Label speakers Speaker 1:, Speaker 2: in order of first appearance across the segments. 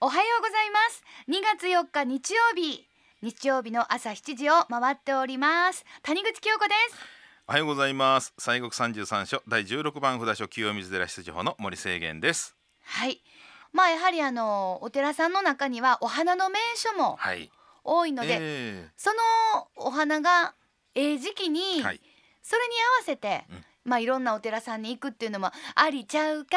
Speaker 1: おはようございます2月4日日曜日日曜日の朝7時を回っております谷口京子です
Speaker 2: おはようございます西国三十三所第十六番札所清水寺出場の森清源です
Speaker 1: はいまあやはりあのお寺さんの中にはお花の名所も
Speaker 2: はい、
Speaker 1: 多いので、
Speaker 2: え
Speaker 1: そのお花がええ時期に、
Speaker 2: ーはい、
Speaker 1: それに合わせて、
Speaker 2: うん
Speaker 1: まあいろんなお寺さんに行くっていうのもありちゃうか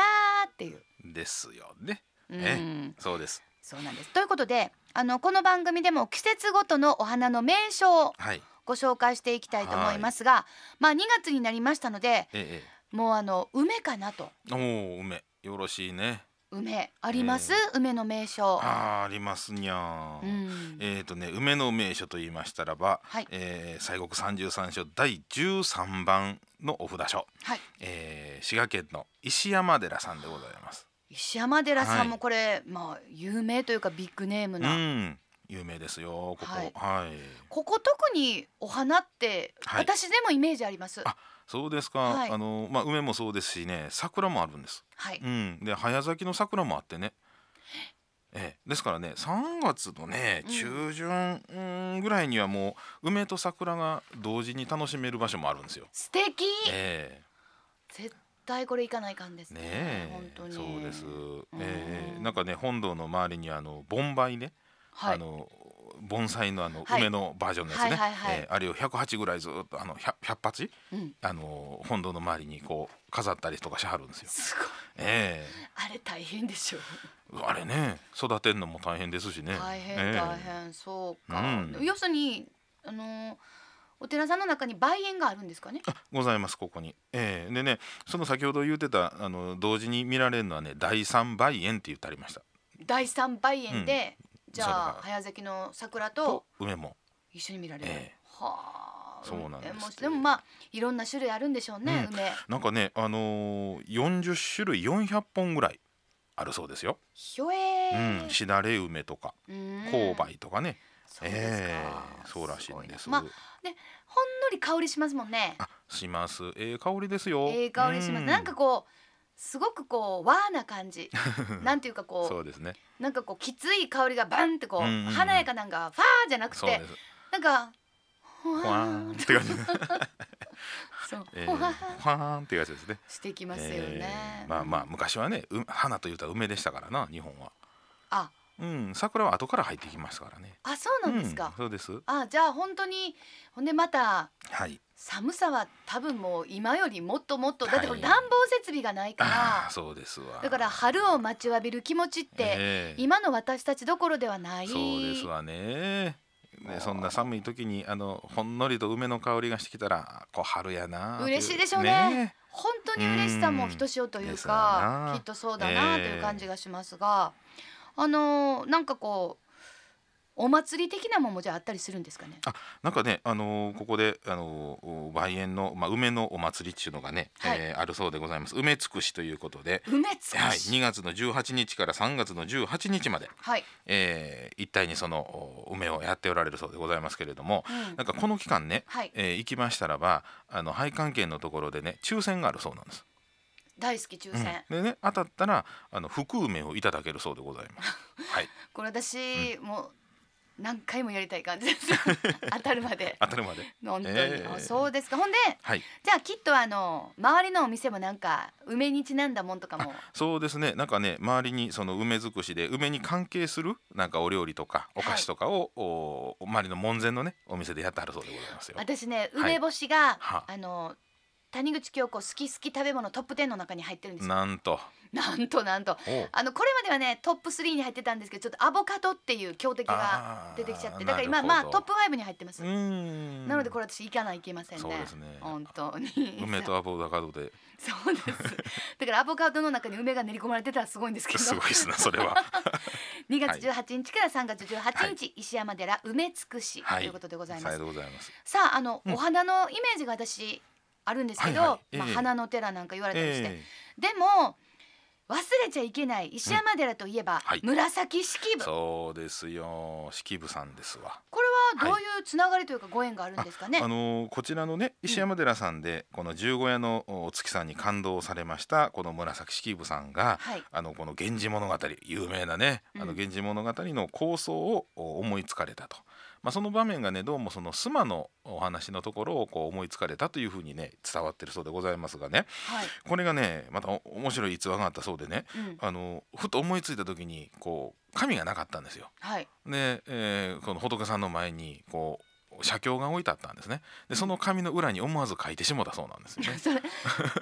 Speaker 1: っていう、
Speaker 2: ですよね
Speaker 1: うん
Speaker 2: えそうです
Speaker 1: そうなんですということであのこの番組でも季節ごとのお花の名所を
Speaker 2: はい
Speaker 1: ご紹介していきたいと思いますが、まあ2月になりましたので
Speaker 2: え
Speaker 1: もうあの梅かなと
Speaker 2: ー、えー、おお梅よろしいね
Speaker 1: 梅あります、
Speaker 2: え
Speaker 1: 梅の名所。
Speaker 2: あーありますにゃ、
Speaker 1: うんん
Speaker 2: えーとね梅の名所と言いましたらば、
Speaker 1: はい
Speaker 2: えー西国三十三所第十三番のお札所、
Speaker 1: はい、
Speaker 2: えー、滋賀県の石山寺さんでございます
Speaker 1: 石山寺さん
Speaker 2: は
Speaker 1: も
Speaker 2: い
Speaker 1: これ、まあ有名というかビッグネーム
Speaker 2: う
Speaker 1: な、
Speaker 2: ん有名ですよここ
Speaker 1: はい
Speaker 2: はい、
Speaker 1: ここ特にお花って、
Speaker 2: はい
Speaker 1: 私でもイメージあります。
Speaker 2: あそうですか、
Speaker 1: はい
Speaker 2: あのまあ梅もそうですしね桜もあるんです、
Speaker 1: はい、
Speaker 2: うん、で早咲きの桜もあってねええ、ですからね3月のね
Speaker 1: うん
Speaker 2: 中旬うんぐらいにはもう梅と桜が同時に楽しめる場所もあるんですよ。
Speaker 1: 素敵、
Speaker 2: え
Speaker 1: 絶対これ行かないかんです
Speaker 2: え、
Speaker 1: ね。
Speaker 2: ねえ
Speaker 1: 本当に
Speaker 2: そうです、
Speaker 1: ん
Speaker 2: ええ、なんかね本堂の周りにあの盆梅ね、
Speaker 1: はい
Speaker 2: あ、の盆栽のあの
Speaker 1: はい
Speaker 2: 梅のバージョンのやつね、
Speaker 1: はいはいはい
Speaker 2: ええあれを108ぐらいずっとあの 100, 100鉢
Speaker 1: うん、
Speaker 2: あの本堂の周りにこう飾ったりとかしはるんですよ。
Speaker 1: すごい
Speaker 2: え
Speaker 1: あれ大変でしょう。
Speaker 2: えあれね育てんのも大変ですしね
Speaker 1: 大変
Speaker 2: ええ
Speaker 1: 大変、そうか、
Speaker 2: うん
Speaker 1: 要するにあのお寺さんの中に梅園があるんですかね。
Speaker 2: ございますここに、ええでねその先ほど言ってたあの同時に見られるのはね第三梅園って言ってありました
Speaker 1: 第三梅園で、じゃ
Speaker 2: それ
Speaker 1: あ
Speaker 2: が
Speaker 1: 早咲きの桜と
Speaker 2: と梅も
Speaker 1: 一緒に見られる。
Speaker 2: ええ
Speaker 1: はあ。
Speaker 2: そうなんです
Speaker 1: えもでもまあいろんな種類あるんでしょうね、
Speaker 2: う
Speaker 1: 梅。
Speaker 2: なんかねあのー、40種類400本ぐらいあるそうですよ、
Speaker 1: ひょえー。
Speaker 2: うん、しだれ梅とか
Speaker 1: うん
Speaker 2: 紅梅とかね、
Speaker 1: そうですか
Speaker 2: ええそうらしいんです
Speaker 1: ごなまあ、ほんのり香りしますもんね。
Speaker 2: あしますええ香りですよ
Speaker 1: ええ香りします。
Speaker 2: う
Speaker 1: なんかこうすごくこう和な感 じ。なんていうか
Speaker 2: そ
Speaker 1: こ
Speaker 2: うですね
Speaker 1: うなんかこうきつい香りがバンってこう、
Speaker 2: うんうんうん
Speaker 1: 華やかなんかファーじゃなく
Speaker 2: そう
Speaker 1: て
Speaker 2: です
Speaker 1: なんかほ
Speaker 2: ふ
Speaker 1: わ
Speaker 2: わ
Speaker 1: ー
Speaker 2: ーん
Speaker 1: ん
Speaker 2: っ
Speaker 1: と
Speaker 2: て感じ、
Speaker 1: そう
Speaker 2: ええ
Speaker 1: ほ
Speaker 2: ふわ
Speaker 1: わーん
Speaker 2: ーんって感じですね
Speaker 1: してきますよね。
Speaker 2: えーまあまあ昔はねう花というと梅でしたからな日本は。
Speaker 1: あ
Speaker 2: うん桜は後から入ってきますからね。
Speaker 1: あそうなんですか。
Speaker 2: うんそうです。
Speaker 1: あじゃあ本当にほんでまた
Speaker 2: はい。
Speaker 1: 寒さは多分もう今よりもっともっとだって
Speaker 2: はい
Speaker 1: 暖房設備がないか
Speaker 2: ああ
Speaker 1: ら、
Speaker 2: そうですわ。
Speaker 1: だから春を待ちわびる気持ちって、
Speaker 2: ええ
Speaker 1: 今の私たちどころではない。
Speaker 2: そうですわね。ねそんな寒い時にあのほんのりと梅の香りがしてきたらこう春やなってい
Speaker 1: 嬉しいでしょうね本当に嬉しさもひとしおという
Speaker 2: うん
Speaker 1: か、
Speaker 2: ですわな
Speaker 1: きっとそうだなという感じがしますが、あのーなんかこうお祭り的なもんもじゃああったりするんですかね。
Speaker 2: なんかね、あのーここで、あのーお梅園の、まあ、梅のお祭りっていうのがね、
Speaker 1: はい
Speaker 2: えーあるそうでございます梅尽くしということで、
Speaker 1: 梅つ
Speaker 2: は
Speaker 1: く
Speaker 2: い、
Speaker 1: し。
Speaker 2: 2月の18日から3月の18日まで、
Speaker 1: はい。
Speaker 2: えー一体にそのお梅をやっておられるそうでございますけれども、
Speaker 1: うん
Speaker 2: なんかこの期間ね、
Speaker 1: はい。
Speaker 2: えー行きましたらばあの配管券のところでね抽選があるそうなんです。
Speaker 1: 大好き抽
Speaker 2: うん
Speaker 1: 選。
Speaker 2: でね当たったらあの福梅をいただけるそうでございます。はい
Speaker 1: これ私もう何回もやりたい感じ です。当たるまで。
Speaker 2: 当たるまで。
Speaker 1: 本当に、
Speaker 2: ええ
Speaker 1: あそうですか。ほんで、
Speaker 2: はい
Speaker 1: じゃあきっとあの周りのお店もなんか梅にちなんだもんとかも。
Speaker 2: そうですねなんかね周りにその梅尽くしで梅に関係するなんかお料理とかお菓子とかを、お周りの門前のねお店でやってあるそうでございますよ。
Speaker 1: 私ね
Speaker 2: はい
Speaker 1: 梅干しが、
Speaker 2: は
Speaker 1: あの谷口京子好き好き食べ物トップ10の中に入ってるんですよ
Speaker 2: なんと
Speaker 1: なんとなんと
Speaker 2: おう
Speaker 1: あのこれまではねトップ3に入ってたんですけどちょっとアボカドっていう強敵が
Speaker 2: あー
Speaker 1: 出てきちゃってだから今
Speaker 2: なるほ
Speaker 1: まあ
Speaker 2: ど
Speaker 1: トップ5に入ってます
Speaker 2: うーん
Speaker 1: なのでこれ私行かないといけませんね
Speaker 2: そうですね
Speaker 1: 本当に
Speaker 2: 梅とアボカドで
Speaker 1: そうですだからアボカドの中に梅が練り込まれてたらすごいんですけど
Speaker 2: すごいですねそれは。
Speaker 1: 2月18日から3月18日、石山寺梅尽くし、
Speaker 2: はい
Speaker 1: ということ でござい
Speaker 2: さ
Speaker 1: ま
Speaker 2: よ
Speaker 1: す
Speaker 2: うでございます。
Speaker 1: さああの、お花のイメージが私あるんですけど、
Speaker 2: はいはい
Speaker 1: まあ、
Speaker 2: ええ
Speaker 1: 花の寺なんか言われたりして、
Speaker 2: え
Speaker 1: でも忘れちゃいけない石山寺といえば、
Speaker 2: はい
Speaker 1: 紫式
Speaker 2: え
Speaker 1: 部
Speaker 2: そうですよ式部さんですわ。
Speaker 1: これどういうつながりというかご縁があるんですかね。
Speaker 2: あのーこちらのね石山寺さんで、この十五夜のお月さんに感動されましたこの紫式部さんが、
Speaker 1: はい。
Speaker 2: あのこの「源氏物語」有名なね「あ
Speaker 1: う
Speaker 2: の
Speaker 1: ん
Speaker 2: 源氏物語」の構想をお思いつかれたと、まあ、その場面がねどうもその須磨のお話のところをこう思いつかれたというふうにね伝わってるそうでございますがね
Speaker 1: はい。
Speaker 2: これがねまたお面白い逸話があったそうでね
Speaker 1: うん。
Speaker 2: あのふと思いついた時にこう紙がなかったんですよ。
Speaker 1: はい。
Speaker 2: で、えーこの仏さんの前にこう写経が置いてあったんですね。でその紙の裏に思わず書いてしもたそうなんですよ ね。
Speaker 1: それ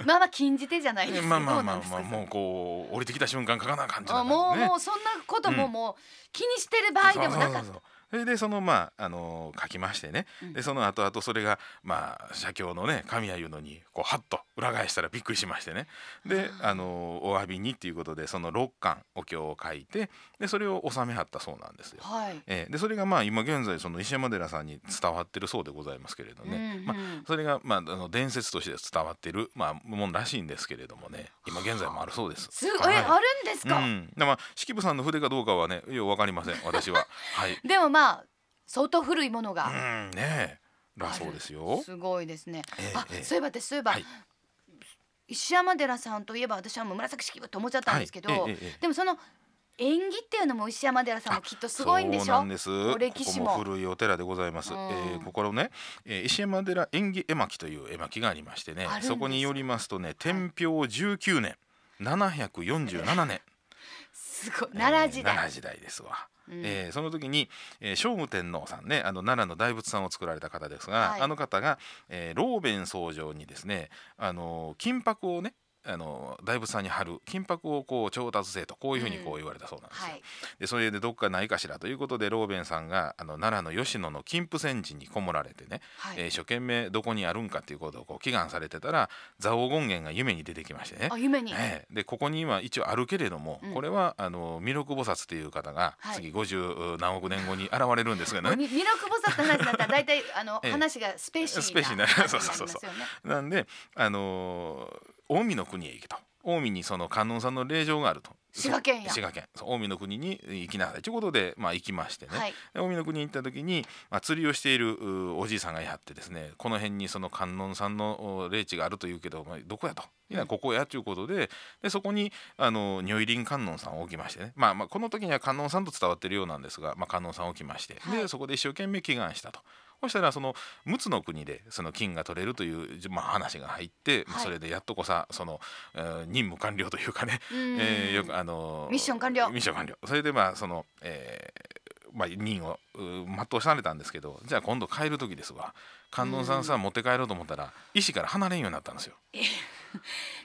Speaker 1: まあまあ禁じ手じゃないですか。
Speaker 2: まあま
Speaker 1: ど
Speaker 2: あ
Speaker 1: うな
Speaker 2: ま
Speaker 1: んで
Speaker 2: あ
Speaker 1: す
Speaker 2: ま
Speaker 1: か
Speaker 2: あもうこう降りてきた瞬間書かなあかんじゃな
Speaker 1: あ
Speaker 2: い
Speaker 1: もう
Speaker 2: ね
Speaker 1: もうそんなことも
Speaker 2: うん
Speaker 1: もう気にしてる場合でもなかっ
Speaker 2: そうそうそうそうそれでそのまああのー書きましてね、
Speaker 1: うん
Speaker 2: でその後々それがまあ写経のね神谷いうのにこうハッと裏返したらびっくりしましてねで
Speaker 1: あー
Speaker 2: あのーお詫びにっていうことでその六巻お経を書いてでそれを収めはったそうなんですよ
Speaker 1: た。。はい。
Speaker 2: えーでそれがまあ今現在その石山寺さんに伝わってるそうでございますけれどね、
Speaker 1: うん
Speaker 2: まあ、
Speaker 1: うん
Speaker 2: それがまああの伝説として伝わってるまあもんらしいんですけれどもね今現在もあるそうです。
Speaker 1: すご、
Speaker 2: はい
Speaker 1: えあるんですか。
Speaker 2: うん、でまあ式部さんの筆かどうかはねようわかりません私ははい
Speaker 1: でもまあ相当古いものが
Speaker 2: うんねえらそうですよ
Speaker 1: すごいですね。
Speaker 2: ええ
Speaker 1: あ
Speaker 2: ええ
Speaker 1: そういえば私そういえば、
Speaker 2: はい
Speaker 1: 石山寺さんといえば私はもう紫式部と思っちゃったんですけど、
Speaker 2: はいええええ
Speaker 1: でもその演技っていうのも石山寺さんもきっとすごいんでし
Speaker 2: そうな
Speaker 1: ょ
Speaker 2: ん。です
Speaker 1: 歴史も
Speaker 2: ここも古いお寺でございます、
Speaker 1: うん
Speaker 2: えーここのね、えー石山寺縁起絵巻という絵巻がありましてね
Speaker 1: あるんです
Speaker 2: そこによりますとね天平19年747年
Speaker 1: すごい奈良時代。
Speaker 2: えー奈良時代ですわ
Speaker 1: うん
Speaker 2: えーその時に、えー聖武天皇さんねあの奈良の大仏さんを作られた方ですが、
Speaker 1: はい
Speaker 2: あの方が、えー、老弁僧正にですね、あのー金箔をねあのー大仏さんに貼る金箔をこう調達せとこういうふうにこう言われたそうなんですよ。
Speaker 1: はい。
Speaker 2: でそれでどっかないかしらということで老弁さんがあの奈良の吉野の金峰山寺にこもられてね、
Speaker 1: はい。
Speaker 2: えー一生懸命どこにあるんかということをこう祈願されてたら蔵王権現が夢に出てきましてね
Speaker 1: あ夢に。
Speaker 2: ええでここに今一応あるけれども、
Speaker 1: うん
Speaker 2: これはあの弥勒菩薩という方が
Speaker 1: はい
Speaker 2: 次50何億年後に現れるんですが
Speaker 1: もう
Speaker 2: ね。
Speaker 1: に弥勒菩薩の話だったら大 体あの、
Speaker 2: ええ
Speaker 1: 話がスペーシーな
Speaker 2: スペーシーな
Speaker 1: 話
Speaker 2: そうそうそうそう
Speaker 1: になりますよね
Speaker 2: なんで、あのー近江の国へ行けと近江にその観音さんの霊場があると
Speaker 1: 滋賀県や
Speaker 2: 滋賀県そう近江の国に行きなさいということで、まあ、行きましてね、
Speaker 1: はい。
Speaker 2: で近江の国に行った時に、まあ、釣りをしているうおじいさんがいはってですねこの辺にその観音さんのお霊地があるというけど、まあ、どこやといやここやということででそこにあの如意輪観音さんを置きましてね、まあ、まあこの時には観音さんと伝わってるようなんですが、まあ、観音さんを置きまして、
Speaker 1: は
Speaker 2: で
Speaker 1: い
Speaker 2: そこで一生懸命祈願したと。そしたらその陸奥の国でその金が取れるという、じまあ、話が入って、まあ
Speaker 1: はい
Speaker 2: それでやっとこさその、えー任務完了というかね
Speaker 1: うん
Speaker 2: えーよくあのー
Speaker 1: ミッション完了
Speaker 2: ミッション完了それでまあその、えーまあ、任をうー全うされたんですけどじゃあ今度帰る時ですわ観音さんさ持って帰ろうと思ったら石から離れんようになったんですよ。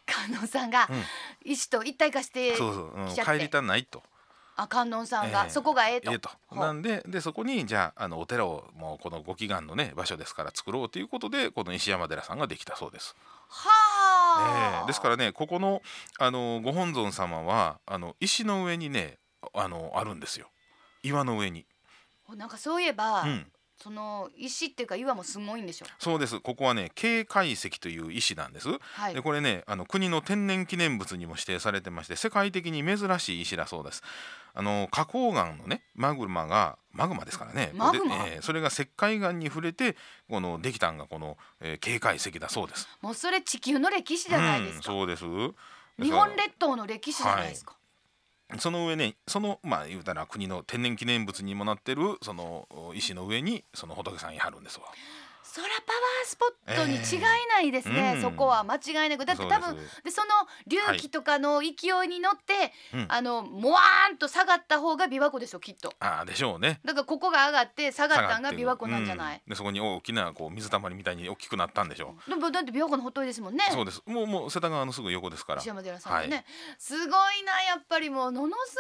Speaker 1: 観音さんが
Speaker 2: うん
Speaker 1: 医師と一体化して、
Speaker 2: そうそう、うん
Speaker 1: 来ちゃって
Speaker 2: 帰りたないと。
Speaker 1: あ観音さんが、
Speaker 2: ええ
Speaker 1: そこがええと。
Speaker 2: ええと
Speaker 1: ほう
Speaker 2: なんででそこにじゃああのお寺をもうこのご祈願のね場所ですから作ろうということでこの石山寺さんができたそうです。
Speaker 1: はあ、
Speaker 2: ええですからねここのあのご本尊様はあの石の上にねあのあるんですよ岩の上に。
Speaker 1: らなんかそういえば、
Speaker 2: うん
Speaker 1: その石っていうか岩もすごいんでしょ
Speaker 2: そうです。ここはね、慶海石という石なんです。
Speaker 1: はい
Speaker 2: で、これね、あの国の天然記念物にも指定されてまして、世界的に珍しい石だそうです。あの花崗岩のね、マグマがマグマですからね。
Speaker 1: マグマ
Speaker 2: でえーそれが石灰岩に触れて、このできたんがこの、えー、慶海石だそうです。
Speaker 1: もうそれ地球の歴史じゃないですか、
Speaker 2: うん、そうです。で
Speaker 1: 日本列島の歴史じゃないですか、
Speaker 2: その上ねそのまあ言うたら国の天然記念物にもなってるそのお石の上にその仏さんいはるんですわ。
Speaker 1: そらパワースポットに違いないですね、
Speaker 2: ええ
Speaker 1: そこは間違いなくだって多
Speaker 2: そう
Speaker 1: 分
Speaker 2: です
Speaker 1: でその隆起とかの勢いに乗って、
Speaker 2: うん
Speaker 1: あのもわーんと下がった方が琵琶湖でしょきっと
Speaker 2: ああでしょうね。
Speaker 1: だからここが上がって下がったんが
Speaker 2: 下がって
Speaker 1: 琵琶湖なんじゃない、
Speaker 2: うんでそこに大きなこう水たまりみたいに大きくなったんでしょ
Speaker 1: でもだって琵琶湖のほとりですもんね
Speaker 2: うそうですもうもう世田川のすぐ横ですから
Speaker 1: 石
Speaker 2: ね
Speaker 1: 山寺さんはね、すごいなやっぱりもうものす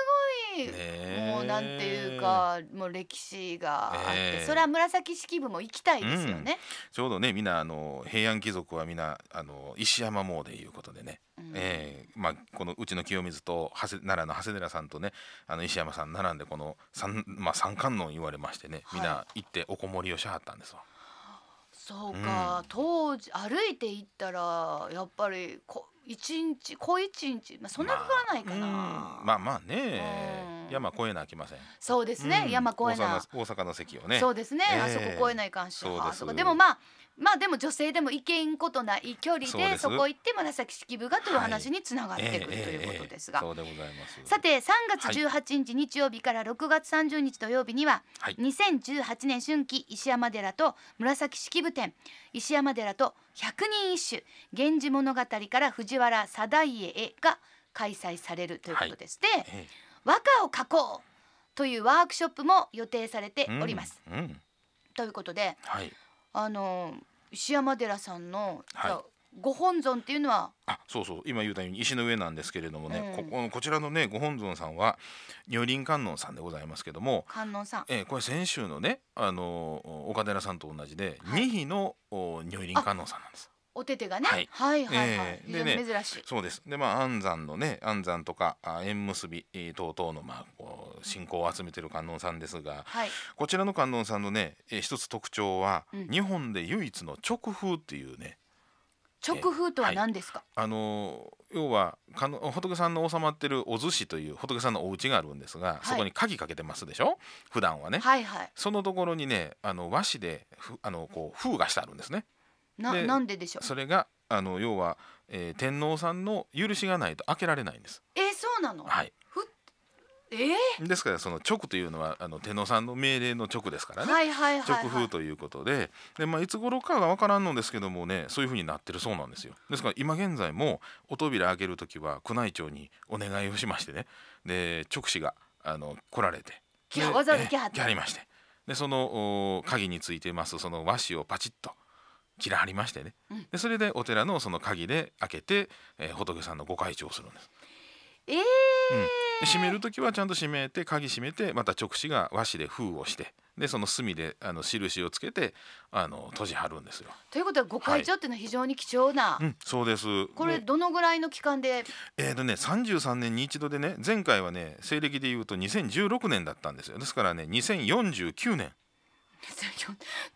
Speaker 1: ごい、
Speaker 2: え
Speaker 1: もうなんていうかもう歴史があって、
Speaker 2: ええ
Speaker 1: それは紫式部も行きたいですよね。
Speaker 2: ちょうどねみんなあの平安貴族はみんなあの石山詣でいうことでね、
Speaker 1: うん
Speaker 2: えーまあ、このうちの清水と長谷奈良の長谷寺さんとねあの石山さん並んでこの三,、まあ、三観音言われましてねみんな行っておこもりをしはったんですわ。
Speaker 1: そうか、当時歩いて行ったらやっぱりこ一日小一日まあそんなかからないかな。
Speaker 2: うんまあまあね、
Speaker 1: う
Speaker 2: 山越えなあきません。
Speaker 1: そうですね、
Speaker 2: うん
Speaker 1: 山越えな
Speaker 2: 大阪の大阪の席をね。
Speaker 1: そうですね、
Speaker 2: ええ
Speaker 1: あそこ越えないかんし
Speaker 2: そう
Speaker 1: な
Speaker 2: です
Speaker 1: とかでもまあまあでも女性でも行けんことない距離
Speaker 2: そうで
Speaker 1: ですそこ行って紫式部がという
Speaker 2: はい
Speaker 1: 話につながっ
Speaker 2: ええ
Speaker 1: てくるということですが、
Speaker 2: ええそうでございます。
Speaker 1: さて3月18日日曜日から6月30日土曜日には、
Speaker 2: はい
Speaker 1: 2018年春季石山寺と紫式部展石山寺と百人一首「源氏物語」から藤原定家へが開催されるということです、で
Speaker 2: ええ
Speaker 1: 和歌を書こうというワークショップも予定されております。。
Speaker 2: うんうん
Speaker 1: ということで
Speaker 2: はい。
Speaker 1: あの石山寺さんの、
Speaker 2: はい
Speaker 1: じゃあご本尊っていうのは
Speaker 2: あそうそう今言うたように石の上なんですけれどもね、
Speaker 1: うん
Speaker 2: こここちらのねご本尊さんは如輪観音さんでございますけども、
Speaker 1: 観音さん。
Speaker 2: えーこれ先週のねあのー岡寺さんと同じで、
Speaker 1: はい
Speaker 2: 二比のお如輪観音さんなんです。
Speaker 1: お手手がね、
Speaker 2: は
Speaker 1: はいい、はいはいはい
Speaker 2: ええ
Speaker 1: 非常
Speaker 2: で
Speaker 1: に珍しい。
Speaker 2: そうですでまあ安山のね安山とかあ縁結びえー等々のまあこう信仰を集めてる観音さんですが
Speaker 1: はい、
Speaker 2: こちらの観音さんのね、えー一つ特徴は、
Speaker 1: うん
Speaker 2: 日本で唯一の直風っていうね
Speaker 1: 直風とは何ですか。
Speaker 2: あのー要は観音仏さんの収まってるお寿司という仏さんのお家があるんですが、
Speaker 1: い
Speaker 2: そこに鍵かけてますでしょ普段はね、
Speaker 1: はいはい。
Speaker 2: そのところにねあの和紙でふあのこう封がしてあるんですね
Speaker 1: な
Speaker 2: で
Speaker 1: なんででしょう。
Speaker 2: それがあの要は、えー天皇さんの許しがないと開けられないんです、
Speaker 1: えー、そうなの。
Speaker 2: はい、
Speaker 1: えー
Speaker 2: ですからその直というのはあの天皇さんの命令の直ですからね、
Speaker 1: はいはいはい、はい。
Speaker 2: 直風ということでで、まあ、いつ頃かは分からんのですけどもねそういうふうになってるそうなんですよですから今現在もお扉開ける時は宮内庁にお願いをしましてねで直視があの来られて
Speaker 1: 来
Speaker 2: で
Speaker 1: はわざわざ
Speaker 2: ええ
Speaker 1: 来はった
Speaker 2: 来はりましてでそのお鍵についてますその和紙をパチッと切らはりましてね、
Speaker 1: うん
Speaker 2: でそれでお寺のその鍵で開けて、えー仏さんのご開帳をするんです。
Speaker 1: えー
Speaker 2: で閉める時はちゃんと閉めて鍵閉めてまた直視が和紙で封をしてでその墨であの印をつけてあの閉じ貼るんですよ。
Speaker 1: ということはご会長っていうのは非常に貴重な。
Speaker 2: うん、そうです
Speaker 1: これ
Speaker 2: もう
Speaker 1: どのぐらいの期間で。
Speaker 2: えーとね33年に一度でね前回はね西暦で言うと2016年だったんですよですからね2049年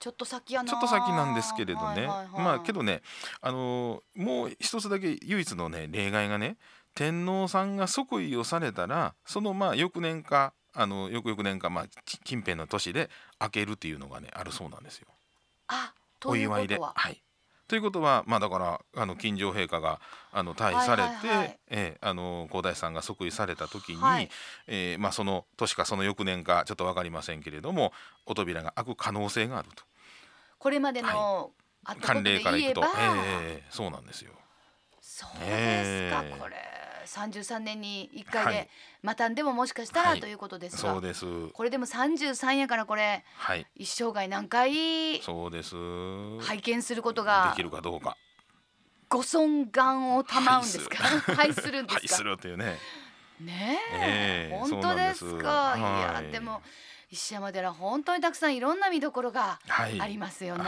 Speaker 1: ちょっと先やな。
Speaker 2: ちょっと先なんですけれどね、
Speaker 1: はいはいはい
Speaker 2: まあけどね、あのーもう一つだけ唯一のね例外がね天皇さんが即位をされたらそのまあ翌年かあの翌々年か、まあ、き近辺の年で開けるっていうのがねあるそうなんですよ。
Speaker 1: あ、と
Speaker 2: お
Speaker 1: いうこ
Speaker 2: 祝いで。
Speaker 1: とは。
Speaker 2: はいということはまあだからあの金城陛下があの退位されて、
Speaker 1: はいはいはい
Speaker 2: えーあの皇太子さんが即位された時に、
Speaker 1: はい
Speaker 2: えーまあ、その年かその翌年かちょっと分かりませんけれどもお扉が開く可能性があると。
Speaker 1: これまでの。あと
Speaker 2: 慣例からいく
Speaker 1: 言え
Speaker 2: と、え
Speaker 1: ば
Speaker 2: えええそうなんですよ。
Speaker 1: そうですか、
Speaker 2: ええ
Speaker 1: これ33年に1回
Speaker 2: はい
Speaker 1: でまたんでももしかした
Speaker 2: は
Speaker 1: ら
Speaker 2: い
Speaker 1: ということですが、
Speaker 2: そうです。
Speaker 1: これでも33やからこれ
Speaker 2: はい、
Speaker 1: 一生涯何回
Speaker 2: そうです。
Speaker 1: 拝見すること
Speaker 2: で
Speaker 1: が
Speaker 2: きるかどうか、
Speaker 1: ご尊願を賜うんですか拝 するんで
Speaker 2: はい、
Speaker 1: す
Speaker 2: す
Speaker 1: か
Speaker 2: るというね。
Speaker 1: ねえ
Speaker 2: え、え
Speaker 1: 本当です
Speaker 2: そう
Speaker 1: か
Speaker 2: な
Speaker 1: い
Speaker 2: んですはい
Speaker 1: やでも石山寺本当にたくさんいろんな見どころが
Speaker 2: はい。
Speaker 1: ありますよね、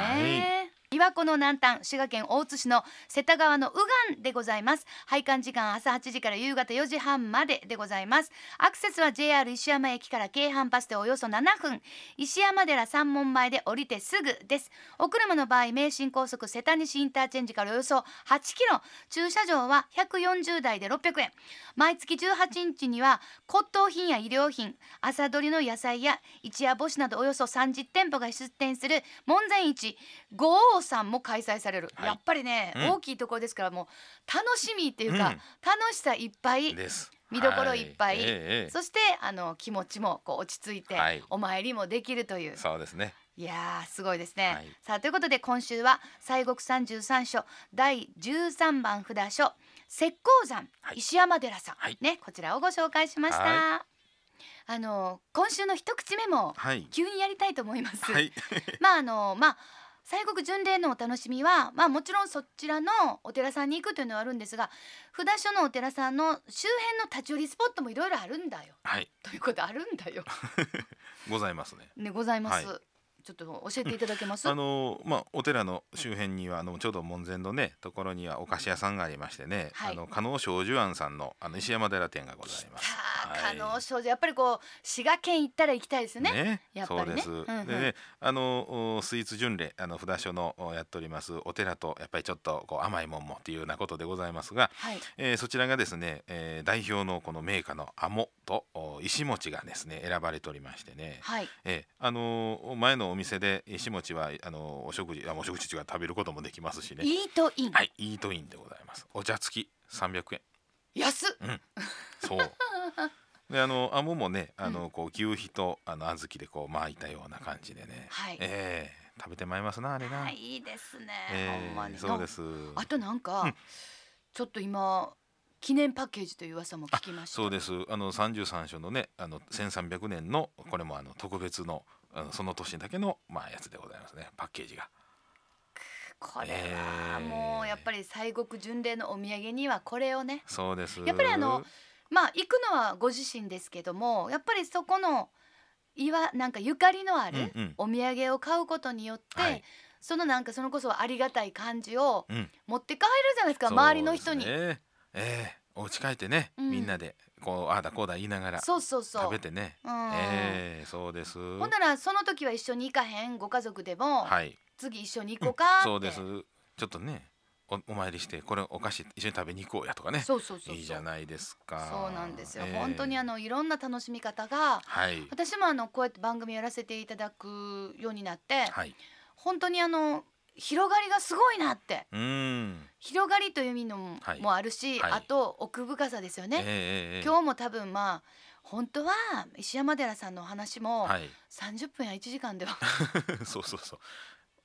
Speaker 2: は
Speaker 1: 琵琶湖の南端滋賀県大津市の瀬田川の右岸でございます拝観時間朝8時から夕方4時半まででございますアクセスは JR 石山駅から京阪バスでおよそ7分石山寺三門前で降りてすぐですお車の場合名神高速瀬田西インターチェンジからおよそ8キロ駐車場は140台で600円毎月18日には骨董品や衣料品朝どりの野菜や一夜干しなどおよそ30店舗が出店する門前市五王さんも開催される、
Speaker 2: はい
Speaker 1: やっぱりね、
Speaker 2: うん
Speaker 1: 大きいところですからもう楽しみっていうか、
Speaker 2: うん
Speaker 1: 楽しさいっぱい
Speaker 2: です。
Speaker 1: 見どころいっぱい
Speaker 2: はえええ
Speaker 1: そしてあの気持ちもこう落ち着いて、
Speaker 2: はい
Speaker 1: お参りもできるという
Speaker 2: えそうですね。
Speaker 1: いやーすごいですね、
Speaker 2: はい
Speaker 1: さあということで今週は西国三十三所第十三番札所石膏山、
Speaker 2: はい
Speaker 1: 石山寺さん、
Speaker 2: はい
Speaker 1: ねこちらをご紹介しました、
Speaker 2: は
Speaker 1: あの今週の一口目も
Speaker 2: はい。
Speaker 1: 急にやりたいと思います、
Speaker 2: はい。
Speaker 1: まああのまあ西国巡礼のお楽しみは、まあ、もちろんそちらのお寺さんに行くというのはあるんですが札所のお寺さんの周辺の立ち寄りスポットもいろいろあるんだよ
Speaker 2: はい。
Speaker 1: ということあるんだよ、
Speaker 2: ございますね。
Speaker 1: ね、ございます、
Speaker 2: は
Speaker 1: ちょっと教えていただけます、
Speaker 2: あのまあ、お寺の周辺にはあのちょうど門前のねところにはお菓子屋さんがありましてね、
Speaker 1: はい
Speaker 2: あの加納正寿庵さんのあの石山寺店がございます。
Speaker 1: はあ、
Speaker 2: はい
Speaker 1: 加納少女やっぱりこう滋賀県行ったら行きたいですねやっぱ
Speaker 2: そう
Speaker 1: りね
Speaker 2: です。
Speaker 1: うんうん
Speaker 2: でね、あのおスイーツ巡礼あの札所のおやっておりますお寺とやっぱりちょっとこう甘いもんもっていうようなことでございますが、
Speaker 1: はい
Speaker 2: えーそちらがですね、えー代表のこの名家のアモとお石餅がですね選ばれておりましてね、
Speaker 1: はい
Speaker 2: ええあのー前のお店で石餅はあのーお食事あお食事違う食べることもできますしね
Speaker 1: イートイン、
Speaker 2: はいイートインでございますお茶付き300円
Speaker 1: 安っ
Speaker 2: そうであのあももねあのこう牛皮とあの小豆でこう巻いたような感じでね、
Speaker 1: はい
Speaker 2: ええ食べてまいりますなあれな、
Speaker 1: はいいいですね、
Speaker 2: ええ
Speaker 1: ほんまに
Speaker 2: そうです
Speaker 1: あとなんか、
Speaker 2: うん
Speaker 1: ちょっと今記念パッケージという噂も聞きました
Speaker 2: そうですあの33章のねあの1300年のこれもあの特別のあのその年だけのまあやつでございますねパッケージが
Speaker 1: これは
Speaker 2: ええ
Speaker 1: もうやっぱり西国巡礼のお土産にはこれをね
Speaker 2: そうです
Speaker 1: やっぱりあのまあ行くのはご自身ですけどもやっぱりそこの岩なんかゆかりのある
Speaker 2: うんうん
Speaker 1: お土産を買うことによって、
Speaker 2: はい
Speaker 1: そのなんかそのこそありがたい感じを
Speaker 2: うん
Speaker 1: 持って帰るじゃないですか、周りの人に
Speaker 2: そうですねええお家帰ってね、
Speaker 1: うん
Speaker 2: みんなでこうああだこうだ言いながら
Speaker 1: そうそうそう
Speaker 2: 食べてね、
Speaker 1: うん
Speaker 2: ええそうです
Speaker 1: ほんならその時は一緒に行かへんご家族でも、
Speaker 2: はい
Speaker 1: 次一緒に行こうかって、
Speaker 2: そうですちょっとねおお参りしてこれお菓子一緒に食べに行こうやとかね
Speaker 1: そうそうそうそう
Speaker 2: いいじゃないですか
Speaker 1: そうなんですよ、
Speaker 2: ええ
Speaker 1: 本当にあのいろんな楽しみ方が
Speaker 2: はい
Speaker 1: 私もあのこうやって番組やらせていただくようになって、
Speaker 2: はい
Speaker 1: 本当にあの広がりがすごいなって
Speaker 2: うん
Speaker 1: 広がりという意味のも,、
Speaker 2: はい
Speaker 1: あるし、
Speaker 2: はい
Speaker 1: あと奥深さですよね、
Speaker 2: ええええええ
Speaker 1: 今日も多分まあ本当は石山寺さんのお話も
Speaker 2: はい
Speaker 1: 30分や1時間では、
Speaker 2: そうそうそう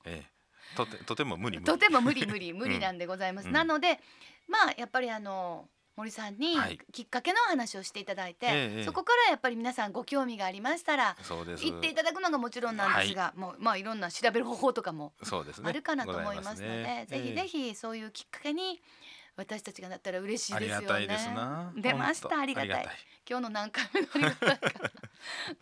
Speaker 2: ええとてとても無理無理
Speaker 1: とても無理無理無理なんでございます、
Speaker 2: うん
Speaker 1: なのでまあやっぱりあの森さんに
Speaker 2: はい
Speaker 1: きっかけのお話をしていただいて、
Speaker 2: ええ
Speaker 1: そこからやっぱり皆さんご興味がありましたら
Speaker 2: そうです
Speaker 1: 行っていただくのがもちろんなんですが、もうまあいろんな調べる方法とかも
Speaker 2: そうですね
Speaker 1: あるかなと
Speaker 2: ござ
Speaker 1: 思いますので、
Speaker 2: ね
Speaker 1: ぜひ
Speaker 2: ええ
Speaker 1: ぜひそういうきっかけに私たちがなったら嬉しい
Speaker 2: あ
Speaker 1: で
Speaker 2: り
Speaker 1: すよね。
Speaker 2: がたいですな
Speaker 1: 出まし
Speaker 2: 本当
Speaker 1: たありがたい
Speaker 2: ありがたい
Speaker 1: 今日の何回目のありがたいか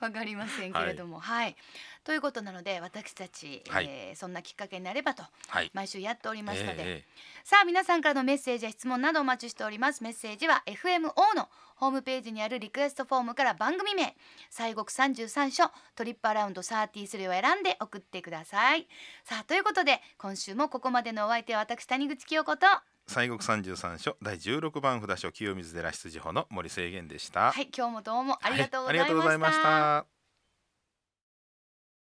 Speaker 1: わかりませんけれど も、はい、ということなので私たち、
Speaker 2: はい
Speaker 1: えーそんなきっかけになればと
Speaker 2: はい
Speaker 1: 毎週やっておりましたので、
Speaker 2: ええええ
Speaker 1: さあ皆さんからのメッセージや質問などお待ちしておりますメッセージは FMO のホームページにあるリクエストフォームから番組名西国33所トリップアラウンド33を選んで送ってくださいさあということで今週もここまでのお相手は私谷口清子と
Speaker 2: 西国三十三所第十六番札所清水寺出自法の森清源でした。
Speaker 1: はい今日もどうもありがとうございました、
Speaker 2: はありがとうございました。